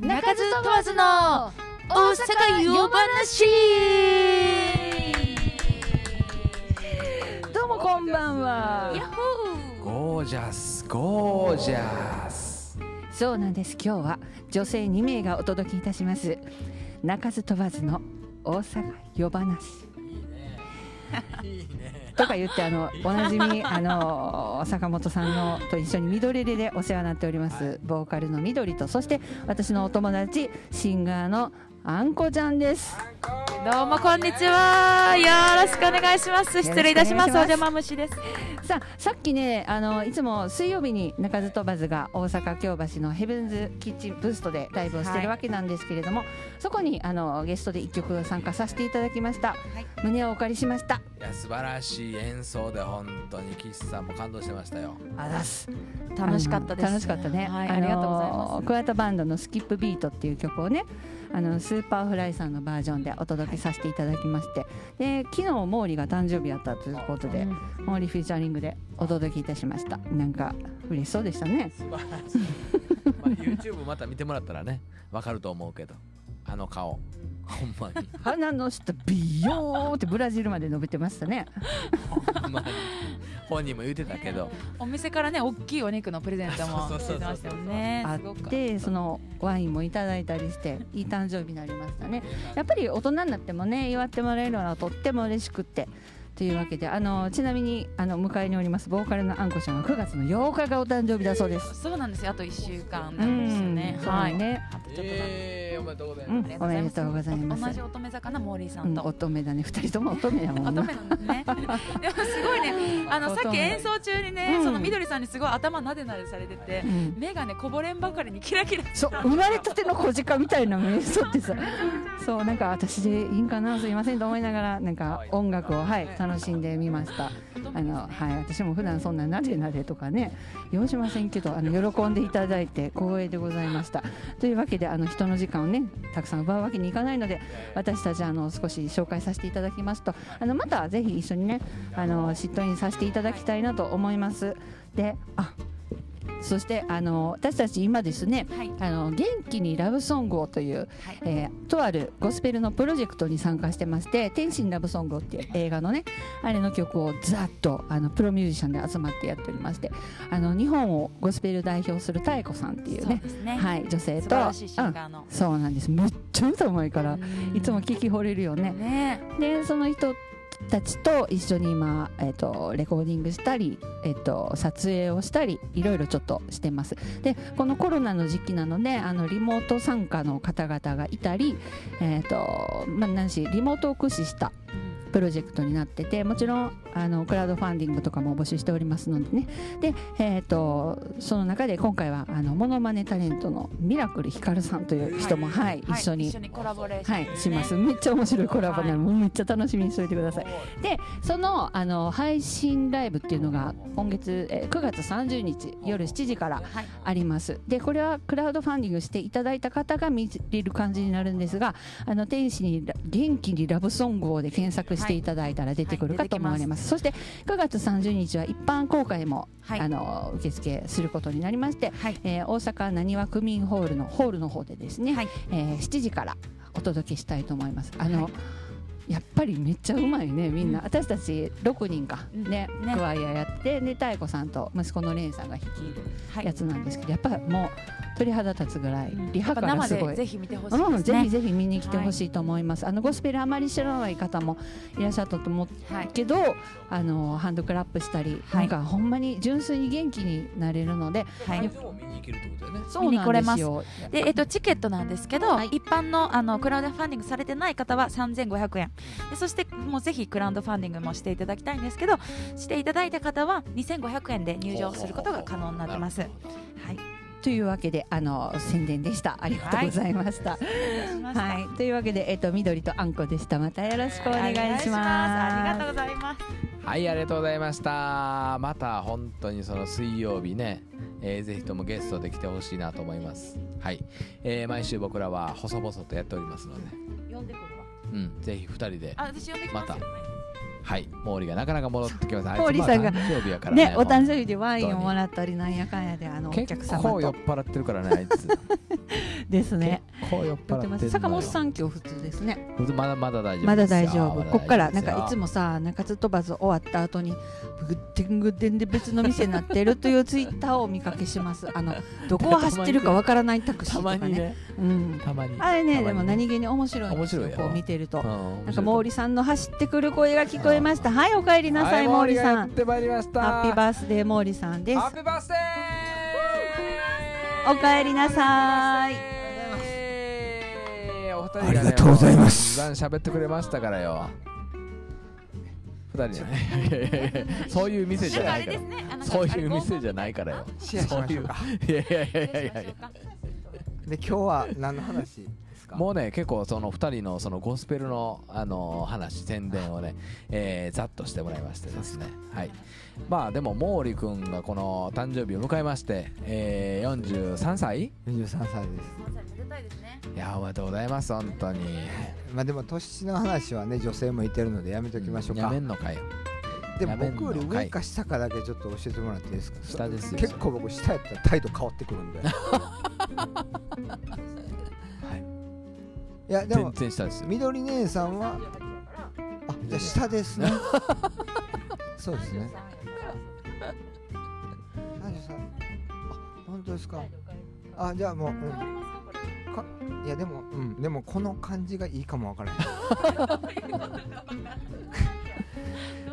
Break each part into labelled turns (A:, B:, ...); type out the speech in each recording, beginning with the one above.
A: 問わずの大阪夜話
B: どうもこんばんは
A: ヤッホー
C: ゴージャスゴージャス
B: そうなんです今日は女性2名がお届けいたします鳴かず飛ばずの大阪夜話とか言ってあのおなじみあの坂本さんのと一緒に緑ででお世話になっておりますボーカルの緑とそして私のお友達シンガーのあんこちゃんです
A: どうもこんにちはよろしくお願いします失礼いたします
B: よ
A: お
B: ろしくお願いします
A: 邪魔虫です
B: さあさっきねあのいつも水曜日に鳴かず飛ばずが大阪京橋のヘブンズキッチンブーストでライブをしてるわけなんですけれども、そこにあのゲストで一曲参加させていただきました、胸をお借りしました
C: いや素晴らしい演奏で本当に岸さんも感動してましたよ
B: あざす
A: 楽しかったです
B: あの楽しかったね、
A: はい
B: の
A: ありがとうございます
B: クワタバンドの「スキップビート」っていう曲をねあのスーパーフライさんのバージョンでお届けさせていただきまして、で昨日毛利が誕生日やったということで、毛利フィーチャリングでお届けいたしましたなんか嬉しそうでしたね
C: 素晴らしいまあ YouTube また見てもらったらねわかると思うけどあの顔ほんまに
B: 鼻の下ビヨーンってブラジルまで伸びてましたね
C: ほんまに本人も言ってたけど
A: お店からね大きいお肉のプレゼントも
C: そう
A: 出
C: そうそうそう
A: てましたよね
B: あ
A: すご
B: っ
A: く
B: てそのワインもいただいたりしていい誕生日になりましたねやっぱり大人になってもね祝ってもらえるのはとっても嬉しくってというわけであのちなみにあの迎えにおりますボーカルのあんこちゃんは9月の8日がお誕生日だそうです
A: そうなんですよあと一週間なんですよね
B: そう
A: はい
B: ね、
A: あとちょっとだ
C: えー、おめでとうござい
B: うん
C: す、
B: おめでとうございます
A: 同じ乙女座かなモーリーさ
B: うんん、
A: と
B: 乙女だね2人とも乙女だもん
A: 乙
B: な
A: 女なんです ねでもすごいねあのさっき演奏中にね、
B: うん
A: そのみどりさんにすごい頭なでなでされてて、
B: うん
A: 目がねこぼれんばかりにキラキラ
B: そう生まれたての小鹿みたいな目そってさそうなんか私でいいんかなすいませんと思いながらなんか音楽をはい楽しんでみましたあのはい私も普段そんななでなでとかねようしませんけどあの喜んでいただいて光栄でございましたというわけであの人の時間をねたくさん奪うわけにいかないので私たちあの少し紹介させていただきますとあのまたぜひ一緒にねあの嫉妬にさせていただきたいなと思いますであそしてあの私たち今ですね
A: はい
B: あの元気にラブソングをという、えーとあるゴスペルのプロジェクトに参加してまして「天心ラブソングを」っていう映画のねあれの曲をざっとあのプロミュージシャンで集まってやっておりましてあの日本をゴスペル代表する妙子さんっていうね
A: そうですね
B: はい、女性
A: 素
B: と
A: 晴らしいシンガーの
B: うん、、そうなんですめっちゃ歌うまいからいつも聞き惚れるよね。
A: ね
B: でその人たちと一緒に今、えっとレコーディングしたり、えっと撮影をしたりいろいろちょっとしてますでこのコロナの時期なのであのリモート参加の方々がいたり、えっとまあ、なんしリモートを駆使したプロジェクトになっててもちろんあのクラウドファンディングとかも募集しておりますのでねで、えー、とその中で今回はあのモノマネタレントのミラクルひかるさんという人も、はい
A: はい
B: 一緒に
A: 一緒にコラボレーション、
B: はい、します。めっちゃ面白いコラボなの、もうめっちゃ楽しみにしておいてください。で、そのあの配信ライブっていうのが今月、えー9月30日夜7時から
A: はい
B: あります。で、これはクラウドファンディングしていただいた方が見れる感じになるんですが、あの天使にラ元気にラブソングをで検索していただいたら出てくる
A: は
B: か
A: い
B: と思われます。そして9月30日は一般公開も、
A: はい
B: あの受付することになりまして、
A: はい
B: えー大阪なにわ区民ホールのホールの方でですね、
A: はい
B: えー7時からお届けしたいと思います。あの、やっぱりめっちゃうまいねみんな、
A: うん
B: 私たち6人か
A: うん
B: ね,、
A: ね
B: クワイアやってで妙子さんと息子のレンさんが率いる
A: はい
B: やつなんですけどやっぱもう鳥肌立つぐらい、
A: うん
B: リハ感
A: やっ
B: が
A: ぱ
B: すご
A: 生で
B: い。
A: ぜひ見てほしい
B: うん、
A: です
B: ぜ
A: ね、
B: ひぜひ見に来てほしいと思います、あのゴスペルあまり知らない方もいらっしゃったと思う
A: はい
B: けど、あのハンドクラップしたり、
A: はい
B: なんかほんまに純粋に元気になれるので
A: はい
C: でも見に行けるってことだよね
B: そうなんですよ
A: でえっと、チケットなんですけど、
B: はい
A: 一般のあのクラウドファンディングされてない方は3500円でそしてもうぜひクラウドファンディングもしていただきたいんですけどしていただいた方は2500円で入場することが可能になってます。はい、
B: というわけであの宣伝でしたありがとうございま した、はい、というわけで、えっと、緑とあんこでした。またよろしくお願いします。
A: ありがとうございます。
C: はいありがとうございましたまた本当にその水曜日ね、えーぜひともゲストで来てほしいなと思いますはい、えー毎週僕らは細々とやっておりますので
A: 呼んでくるわ。
C: うんぜひ2人で
A: あ、私呼んできますよ。
C: まはい毛利がなかなか戻ってきますあいつ
B: 毛利さんが
C: まあ誕生日やからね
B: ね、お誕生日でワインをもらったり、なんやかんやで、あの、お
C: 結
B: 客様
C: 構酔っ
B: と。
C: 払ってるからねあいつ
B: ですね。
C: 結構酔
B: や
C: っ
B: って
C: 払
B: ま
C: って
B: す。坂本さ
C: ん
B: ん今日普通ですね。
C: のよまだまだ大丈夫
B: まだ
C: ですよ
B: 大丈夫。
C: まだ
B: こっからな
C: 大
B: ん
C: 丈夫ですよ
B: かいつもさ、中津飛ばず終わった後にグッテングッテンで別の店になってるというツイッターをお見かけします。 あのどこを走ってるかわからないタクシー
C: た
B: と
C: ま
B: か
C: に
B: ね。
C: ね
B: うん。
C: たまに
B: あれ
C: たま
B: ね
C: に
B: でも何気に面白いんですよ
C: 面白いやろ
B: こう見てると。
C: うん
B: なんか毛利さんの走ってくる声が聞こえました。はいお帰りなさい
C: は
B: 毛利
C: がや
B: さ
C: っ
B: ん。
C: てまいりました
B: ハッピーバースデー毛利さんです
C: ハ。ッピーバースデー
B: おかえりなさい
C: お二人
D: ありがとうございます
C: ねもう散々喋ってくれましたからよ二人じゃないそういう店じゃないから
A: ね。あ
C: そういう店じゃないからよ
D: シェアしましょうか
C: いやいやいやいやいや
D: で今日は何の話ですか
C: もうね結構その2人のそのゴスペルの、あのー話宣伝をね、えーざっとしてもらいましてですねはいまあでも毛利君がこの誕生日を迎えまして、えー43歳い
D: 23歳です
C: やおめでとうございます本当に
D: まあでも年の話はね女性もいてるのでやめときましょう
C: や
D: か
C: めんのかよ
D: で
C: や
D: も
C: めんの
D: 僕より
C: は
D: 上
C: い
D: か下かだけちょっと教えてもらっていいですか
C: 下ですよ
D: 結構僕下やったら態度変わってくる んでいやで
C: 全
D: も
C: 然したですよ
D: 緑姉さんはあじゃあ下ですね そうですね73あ本当ですかあじゃあもう、うん、かいやでもうんでもこの感じがいいかもわからない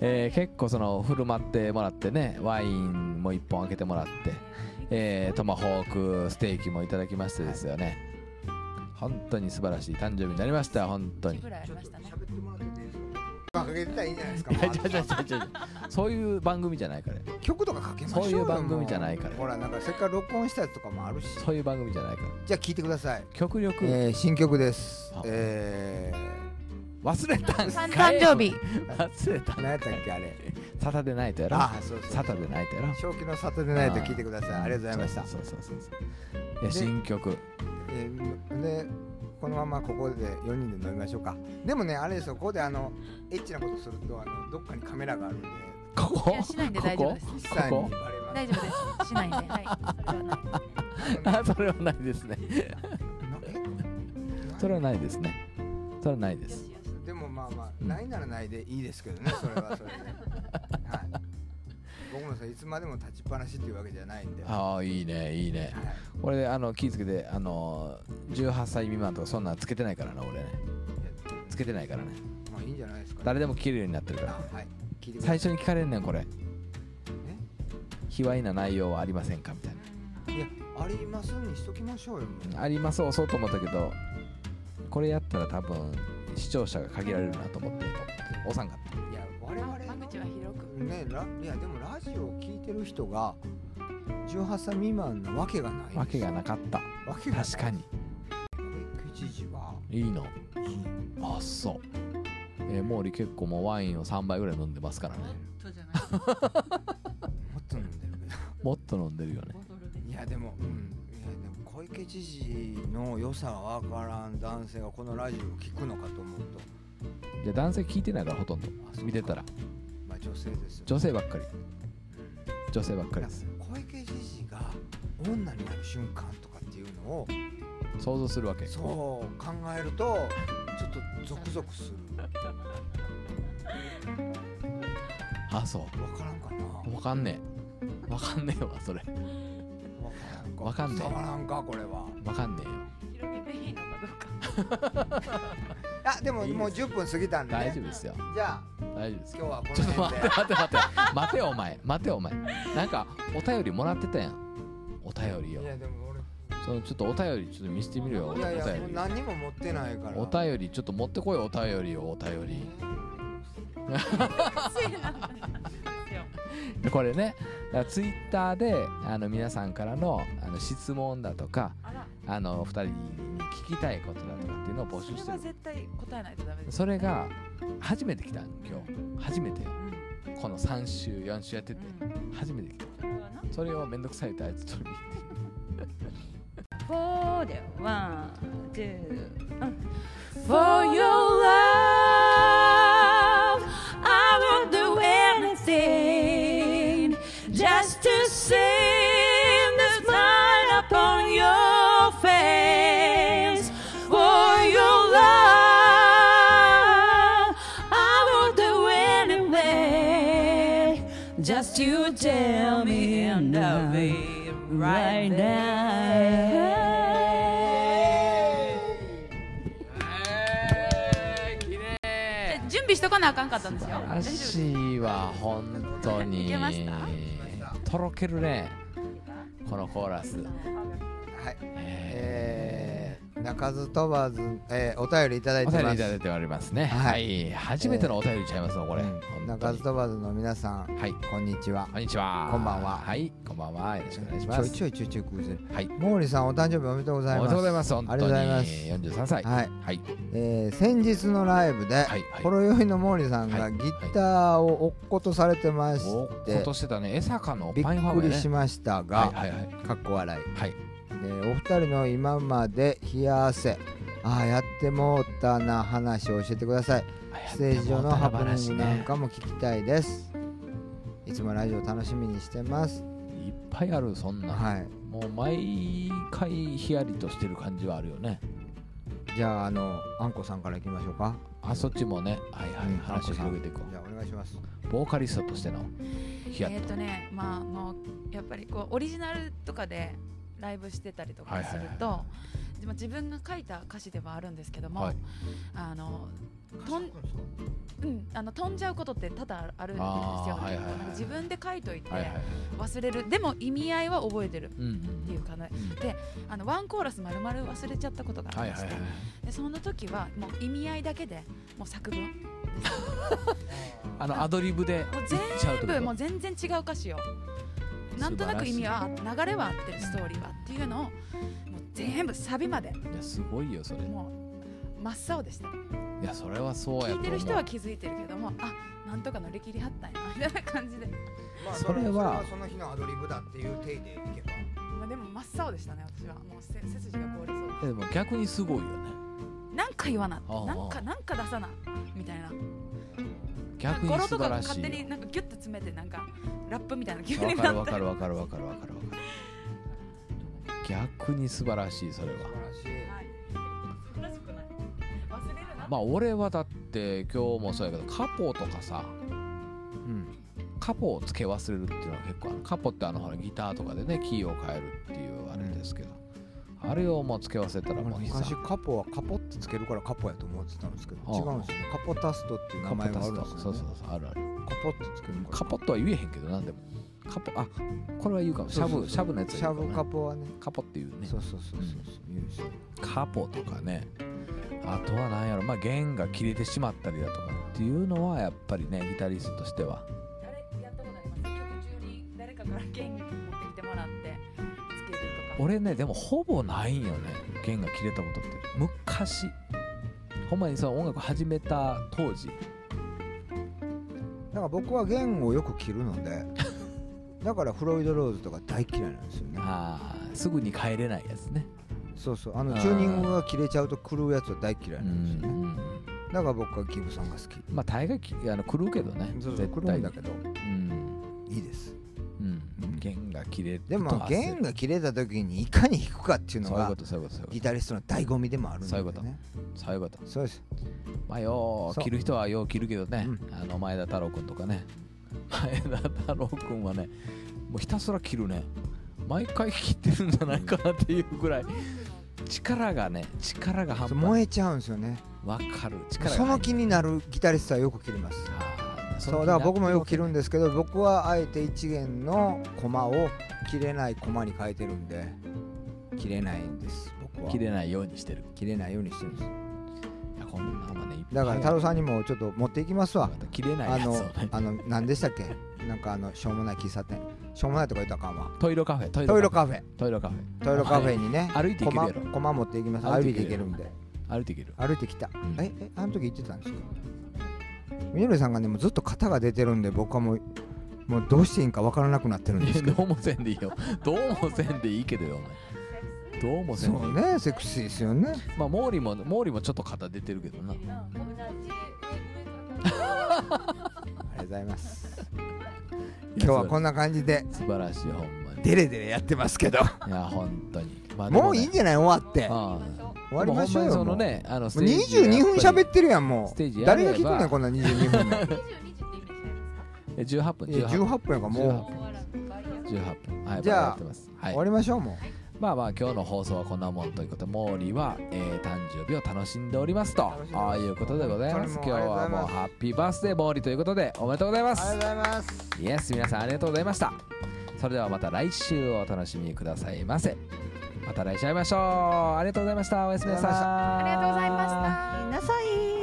C: えー結構その振る舞ってもらってねワインも1本開けてもらって、えートマホークステーキもいただきましてですよね、本当に素晴らしい誕生日になりました本当に
A: ありましたね。
D: 喋ってもらってていいですかかけてたらいいんじゃないですか
C: いや違う違う違う違うそういう番組じゃないから
D: 曲とかかけましょうよ
C: そういう番組じゃないから
D: もうほらなんかせっかく録音したやつとかもあるし
C: そういう番組じゃないから
D: じゃあ聞いてください、
C: 極力、
D: えー、新曲です
C: あ
D: え
C: 忘れたんかい
A: 誕生日。
C: 忘れたん
D: ー、
C: かい
D: 何やったっけあれ
C: サタデーナイトやろ
D: ああそうそう
C: サタデーナイトやろ
D: 正気のサタデーナイト聞いてくださいありがとうございました
C: そうそうそうそういや
D: で
C: 新曲
D: えーでこのままここで4人で飲みましょうかでもねあれですよここであのエッチなことするとあのどっかにカメラがあるんで
C: ここ
A: いやしないんで
C: こ
A: 大丈夫
C: こ
A: です
D: 一切バレ
C: ここ
D: ま
A: 大丈
D: す
A: 夫です。しないんで。はい。
C: あそれはないですね
D: なえ
C: それはないですねそれはないです
D: でもまあまあ
C: うん
D: ないならないでいいですけどねそれはそれで、はい、僕もさいつまでも立ちっぱなしっていうわけじゃないんで、はい、
C: ああいいねいいねこれであの気ぃつけてあのー18歳未満とかそんなんつけてないからな俺ねつけてないからね
D: まあいいんじゃないですか、
C: 誰でも聞けるようになってるから
D: あはい聞いてくださ
C: 最
D: い
C: 初に聞かれんねんこれ卑猥な内容はありませんかみたい
D: えいやありますにしときましょうよもう
C: なあります押そうと思ったけどこれやったら多分視聴者が限られるなと思って押さんかっ
D: いや我々の
A: 間口は広く。
D: ねラいやでもラジオを聞いてる人が18歳未満なわけがないです
C: たわけがなかった
D: わけがない
C: 確かに
D: 小池知事はい
C: いのあそうえー、毛利結構もうワインを3杯ぐらい飲んでますからね
D: もっと飲んでる
C: もっと飲んでるよね
D: けどいやでも、うん、いやでも小池知事の良さは分からん男性がこのラジオを聞くのかと思うと
C: じゃあ男性聞いてないからほとんど
D: あそうか
C: 見てたら
D: まあ女性ですよ
C: 女性ばっかり女性ばっかりです
D: いや小池知事が女になる瞬間とかっていうのを
C: 想像するわけ
D: そう考えるとちょっとゾクゾクする
C: あそ
D: 分からんかな
C: うわかんねえわかんねえわそれ
D: 分
C: わかんねえ
D: 伝わらんかこれは
C: わかんねえよ
A: 広げていいのかどうか。
D: あでも
C: いいです
D: もう10分過ぎたんで、ね、
C: 大丈夫ですよ
D: じゃあ
C: 大丈夫です
D: 今日はこ
C: ちょ
D: の
C: っと待っ
D: 辺で
C: て待って待って待てよお前待てよお前なんかお便りもらってたやんお便りよ
D: いやでも
C: そのちょっとお便りちょっと見せてみるよお
D: 俺いやいやもう
C: 便り
D: 何にも持ってないから
C: お便りちょっと持ってこいよお便りをお便りでこれねツイッターであの皆さんからのあの質問だとか
A: あら。
C: あの2人に聞きたいことだとかっていうのを募集して
A: それは
C: る
A: 絶対答えないとダメです。
C: それが初めて来たん今日初めてよ
A: うん。
C: この3週4週やってて
A: うん
C: 初めて来た
A: それはな。
C: それをめんどくさいってあいつ取りに行って
B: フォーでワン、ツー。
A: For your love, I will do anything just to see the smile upon your face.
E: Just you tell me and I'll be right there.
A: え準備しとかなあかんかったんですよ大丈夫です
C: 足は本当に
A: いけました
C: とろけるねこのコーラス
D: はい
C: え
D: えー、鳴かず飛ばず、えー、お便りいただい
C: ーお
D: て
C: 便り
D: ま
C: いただ
D: す
C: いておりますねは、
D: はい
C: 初めてのお便りちゃいますのこれ、
D: うん鳴
C: 本当
D: かず
C: に
D: 飛ばずの皆さん
C: はい
D: こんにちは
C: こんにちは
D: こんばんは
C: はいこんばんはよろしくお願いし
D: ち
C: ま
D: ょい
C: す
D: ちょいちょいちょい偶然
C: はい
D: 毛利さんお誕生日おめでとうござい
C: おめ
D: ます
C: でとうございます本当に
D: ありがとうございます
C: 43歳はい、
D: はい、えー、先日のライブで、
C: はい
D: ほろ酔いの毛利さん
C: は
D: が
C: い
D: ギターを落っことされてまし
C: お
D: て、
C: 今してたね江坂の
D: び
C: パインファー
D: っ
C: ム
D: く
C: や
D: り
C: ね
D: しましたが、
C: はいはいはい
D: かっこ笑い
C: はい
D: でお二人の今まで冷や汗ああやってもうたな話を教えてくださいステージ上のハプニングなんかも聞きたいですいつもラジオ楽しみにしてます
C: いっぱいあるそんな、
D: はい
C: もう毎回ヒヤリとしてる感じはあるよね
D: じゃああのあんこさんからいきましょうか
C: あそっちもねはいはい、
D: うん
C: 話を広げていこ
D: じゃあお願いします
C: うボーカリストとしてのヒヤ
A: え
C: リ
A: っ、
C: と、
A: とねまあもうやっぱりこうオリジナルとかでライブしてたりとかすると、でも自分が書いた歌詞ではあるんですけども、
C: はい
A: あのとんうん、あの飛んじゃうことって多々あるんですよ、
C: あーはいはいはい
A: なんか自分で書いといて
C: はいはいはい
A: 忘れる、でも意味合いは覚えてる
C: うんうん
A: っていうかね
C: うん
A: あのワンコーラス丸々忘れちゃったことがあ
C: は
A: り
C: い
A: ま
C: は
A: し
C: いは
A: て、
C: い
A: でその時はもう意味合いだけでもう作文も
C: あのアドリブで
A: う
C: 言
A: 全
C: っちゃうってこ
A: 部
C: と
A: もう全然違う歌詞をなんとなく意味は流れは合ってるストーリーはっていうのをもう全部サビまで
C: いやすごいよそれい
A: もう真っ青でした
C: やそれはそうやと
A: 聞
C: 思
A: いうてる人は気づいてるけどもあなんとか乗り切りはったんや なみたいな感じで、
D: ま
C: あそれはそれは
D: その日のアドリブだっていう体でいけば
A: まあ、でも真っ青でしたね私はもうせ背筋が凍れそ
C: い
A: う
C: やでも逆にすごいよね
A: なんか言わな
C: ああ
A: なんかなんか出さなみたいな
C: 逆
A: 語
C: に
A: 呂
C: 素
A: とか
C: 晴
A: が
C: らし
A: 勝
C: い
A: 手
C: よ
A: になんかギュッと詰めてなんかラップみたいな気分
C: わ
A: に
C: かる
A: な
C: わ
A: っ
C: か
A: た
C: るわかるわかるわかるわかる逆に素晴らしいそれは
D: 素晴らしい
A: はい素晴らしくない忘れるな
C: まあ俺はだって今日もそうやけどカポとかさ
D: うん
C: カポをつけ忘れるっていうのは結構あるカポってあのほらギターとかでねキーを変えるっていうあれですけど、あれをもうつけ忘れたらもう
D: 俺
C: 悲惨
D: 昔カポはカポってつけるからカポやと思ってたんですけど
C: ああ
D: 違うんですよねカポタストっていう名
C: カポ
D: 前が
C: タ
D: あ
C: ス
D: るんで
C: と
D: すよね
C: そうそうそうあるある
D: カポってつけるから
C: カポとは言えへんけどなんでもカポあこれは言うかもシャ
D: そうそう
C: ブ
D: そう
C: シャブのやつ
D: シ
C: は
D: ャ
C: 言う
D: ブ
C: か
D: カ
C: もね
D: ポはね
C: カポっていうね
D: そうそうそうそうそう言うんですよ
C: カポとかねあとはなんやろまあ弦が切れてしまったりだとかっていうのはやっぱりねギタリストとしては
A: 誰やったことあります曲中に誰かから弦持ってきてもらってつけるとか
C: 俺ねでもほぼないんよね弦が切れたことって昔ほんまにその音楽始めた当時
D: だから僕は弦をよく切るの でだからフロイド・ローズとか大嫌いなんですよね
C: あーすぐに帰れないやつね
D: そうそうあの
C: あー
D: チューニングが切れちゃうと狂うやつは大嫌いなんですよね
C: ん
D: だから僕はギブさんが好き
C: まあ大概きあの狂うけどね
D: そうそう
C: 絶
D: 狂う
C: 対
D: ん
C: に
D: だけど
C: うん、
D: いいです
C: う、
D: うんん
C: 弦が切れると
D: でも
C: 焦る
D: 弦が切れた時にいかに弾くかっていうの
C: そういう
D: が
C: ことそういうことそういう
D: ギ
C: こ
D: タリストの醍醐味でもあるんだよ
C: そうい
D: ね
C: とそういうこと
D: そうです
C: まあよう
D: そう
C: 切る人はよう切るけどね、
D: う
C: あの前田太郎君とかね 前田太郎君はねもうひたすら切るね毎回切ってるんじゃないかなっていうぐらい力がね力が半
D: そう
C: 端
D: 燃
C: ない
D: えちゃうんですよね
C: わかる力が
D: その
C: 気
D: 気になるギタリストはよく切りますそうだから僕もよく切るんですけど僕はあえて一弦のコマを切れないコマに変えてるんで切れないんです僕は
C: 切れないようにしてる
D: 切れないようにしてるんです
C: いやこんなんはねいっぱい
D: だから太
C: ある
D: 郎さんにもちょっと持っていきますわ
C: また切れな
D: あ
C: いやつを
D: の
C: ね
D: あの何でしたっけなんかあのしょうもない喫茶店しょうもないとか言ったらあかんわ
C: トイロカフェトイ
D: トイロ
C: ロカ
D: カフェ
C: フェトイロカフェ
D: トイロカフェにね
C: 歩いてい
D: コ
C: ける
D: マ
C: やろ
D: コマ持っていきます
C: 歩
D: 歩
C: い
D: い
C: て
D: て
C: い
D: い
C: け
D: け
C: る
D: るんで
C: 歩いていける
D: 歩いてきた
C: ん
D: ええあの時言ってたんですかみのりさんがねもうずっと肩が出てるんで僕はもうもうどうしていいんかわからなくなってるん
C: い
D: で
C: や
D: すけ
C: ど
D: ど
C: うもせんでいいよどうもせんでいいけどよお前どうもせんでいい
D: そうねセクシーですよね
C: まあ毛利も毛利もちょっと肩出てるけどな
D: ありがとうございます今日はこんな感じで
C: 素晴らしいほんまに
D: デレデレやってますけど
C: いや本当に、まあ
D: もういいん
C: じ
D: じゃない終わって
C: ゃ
D: 終わ
C: 終
D: りましょうよ
C: そ
D: も
C: の
D: う
C: ねあのステージ
D: 22分喋
C: て
D: ってるやんも
C: ステージ
D: う
C: やれ
D: 誰
C: ば
D: が聞くんだよこんな22分で
F: 22 時って意味ちゃいますか
C: え18分
D: いや
C: 18分
D: 18分やからも
C: 18分はい
D: じゃあ
C: やってます
D: う
C: はい
D: 終わりましょうもう
C: まあまあ今日の放送はこんなもんということでモーリーは、えー誕生日を楽しんでおりますと
D: 楽しんでます
C: ああいうことでございます
D: 本
C: 今
D: 当
C: 日
D: にも
C: はも
D: うありがとうございま
C: う
D: す
C: ハッピーバースデーモーリーということでおめでとうございま
D: あ
C: す
D: りがとうございます
C: イエス皆さんありがとうございましたそれではまた来週をお楽しみくださいませまた来週会いましょうありがとうございましたおやすみなさい
D: あ
F: ありがとうございました。
B: なさい